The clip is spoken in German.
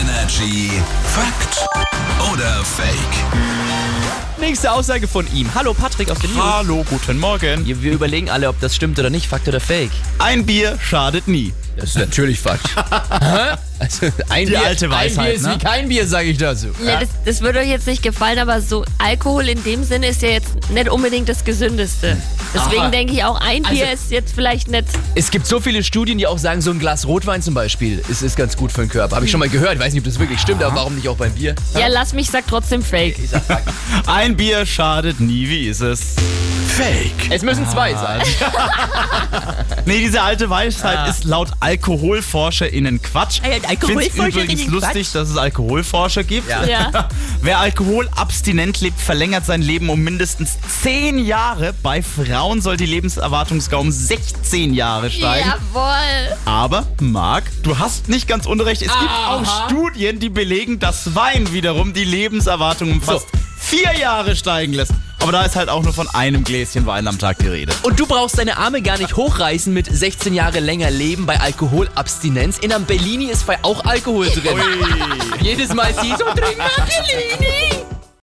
Energy Fakt oder Fake? Nächste Aussage von ihm. Hallo Patrick aus den News. Hallo, guten Morgen. Wir überlegen alle, ob das stimmt oder nicht, Fakt oder Fake. Ein Bier schadet nie. Das ist natürlich Fakt. Hä? also, ein Die Bier, alte ein Weisheit, Bier ist ne? wie kein Bier, sage ich dazu. Ja, das, das würde euch jetzt nicht gefallen, aber so Alkohol in dem Sinne ist ja jetzt nicht unbedingt das Gesündeste. Aha. Deswegen denke ich auch, ein Bier ist jetzt vielleicht nicht. Es gibt so viele Studien, die auch sagen, so ein Glas Rotwein zum Beispiel ist, ist ganz gut für den Körper. Habe ich schon mal gehört. Ich weiß nicht, ob das wirklich stimmt, aber warum nicht auch beim Bier? Ja, lass mich, sag trotzdem Fake. Ich sag Fakt. Ein Bier schadet nie, wie ist es? Fake. Es müssen zwei sein. Nee, diese alte Weisheit Ah. ist laut AlkoholforscherInnen Quatsch. Äh, Alkoholforscherinnen Find's übrigens lustig, dass es Alkoholforscher gibt. Ja. Ja. Wer alkoholabstinent lebt, verlängert sein Leben um mindestens 10 Jahre. Bei Frauen soll die Lebenserwartung sogar um 16 Jahre steigen. Jawohl. Aber, Marc, du hast nicht ganz unrecht. Es gibt Aha. auch Studien, die belegen, dass Wein wiederum die Lebenserwartung um fast vier Jahre steigen lässt. Aber da ist halt auch nur von einem Gläschen Wein am Tag die Rede. Und du brauchst deine Arme gar nicht hochreißen mit 16 Jahre länger Leben bei Alkoholabstinenz. In einem Bellini ist bei auch Alkohol drin. Jedes Mal sie so trinken. Marcelini.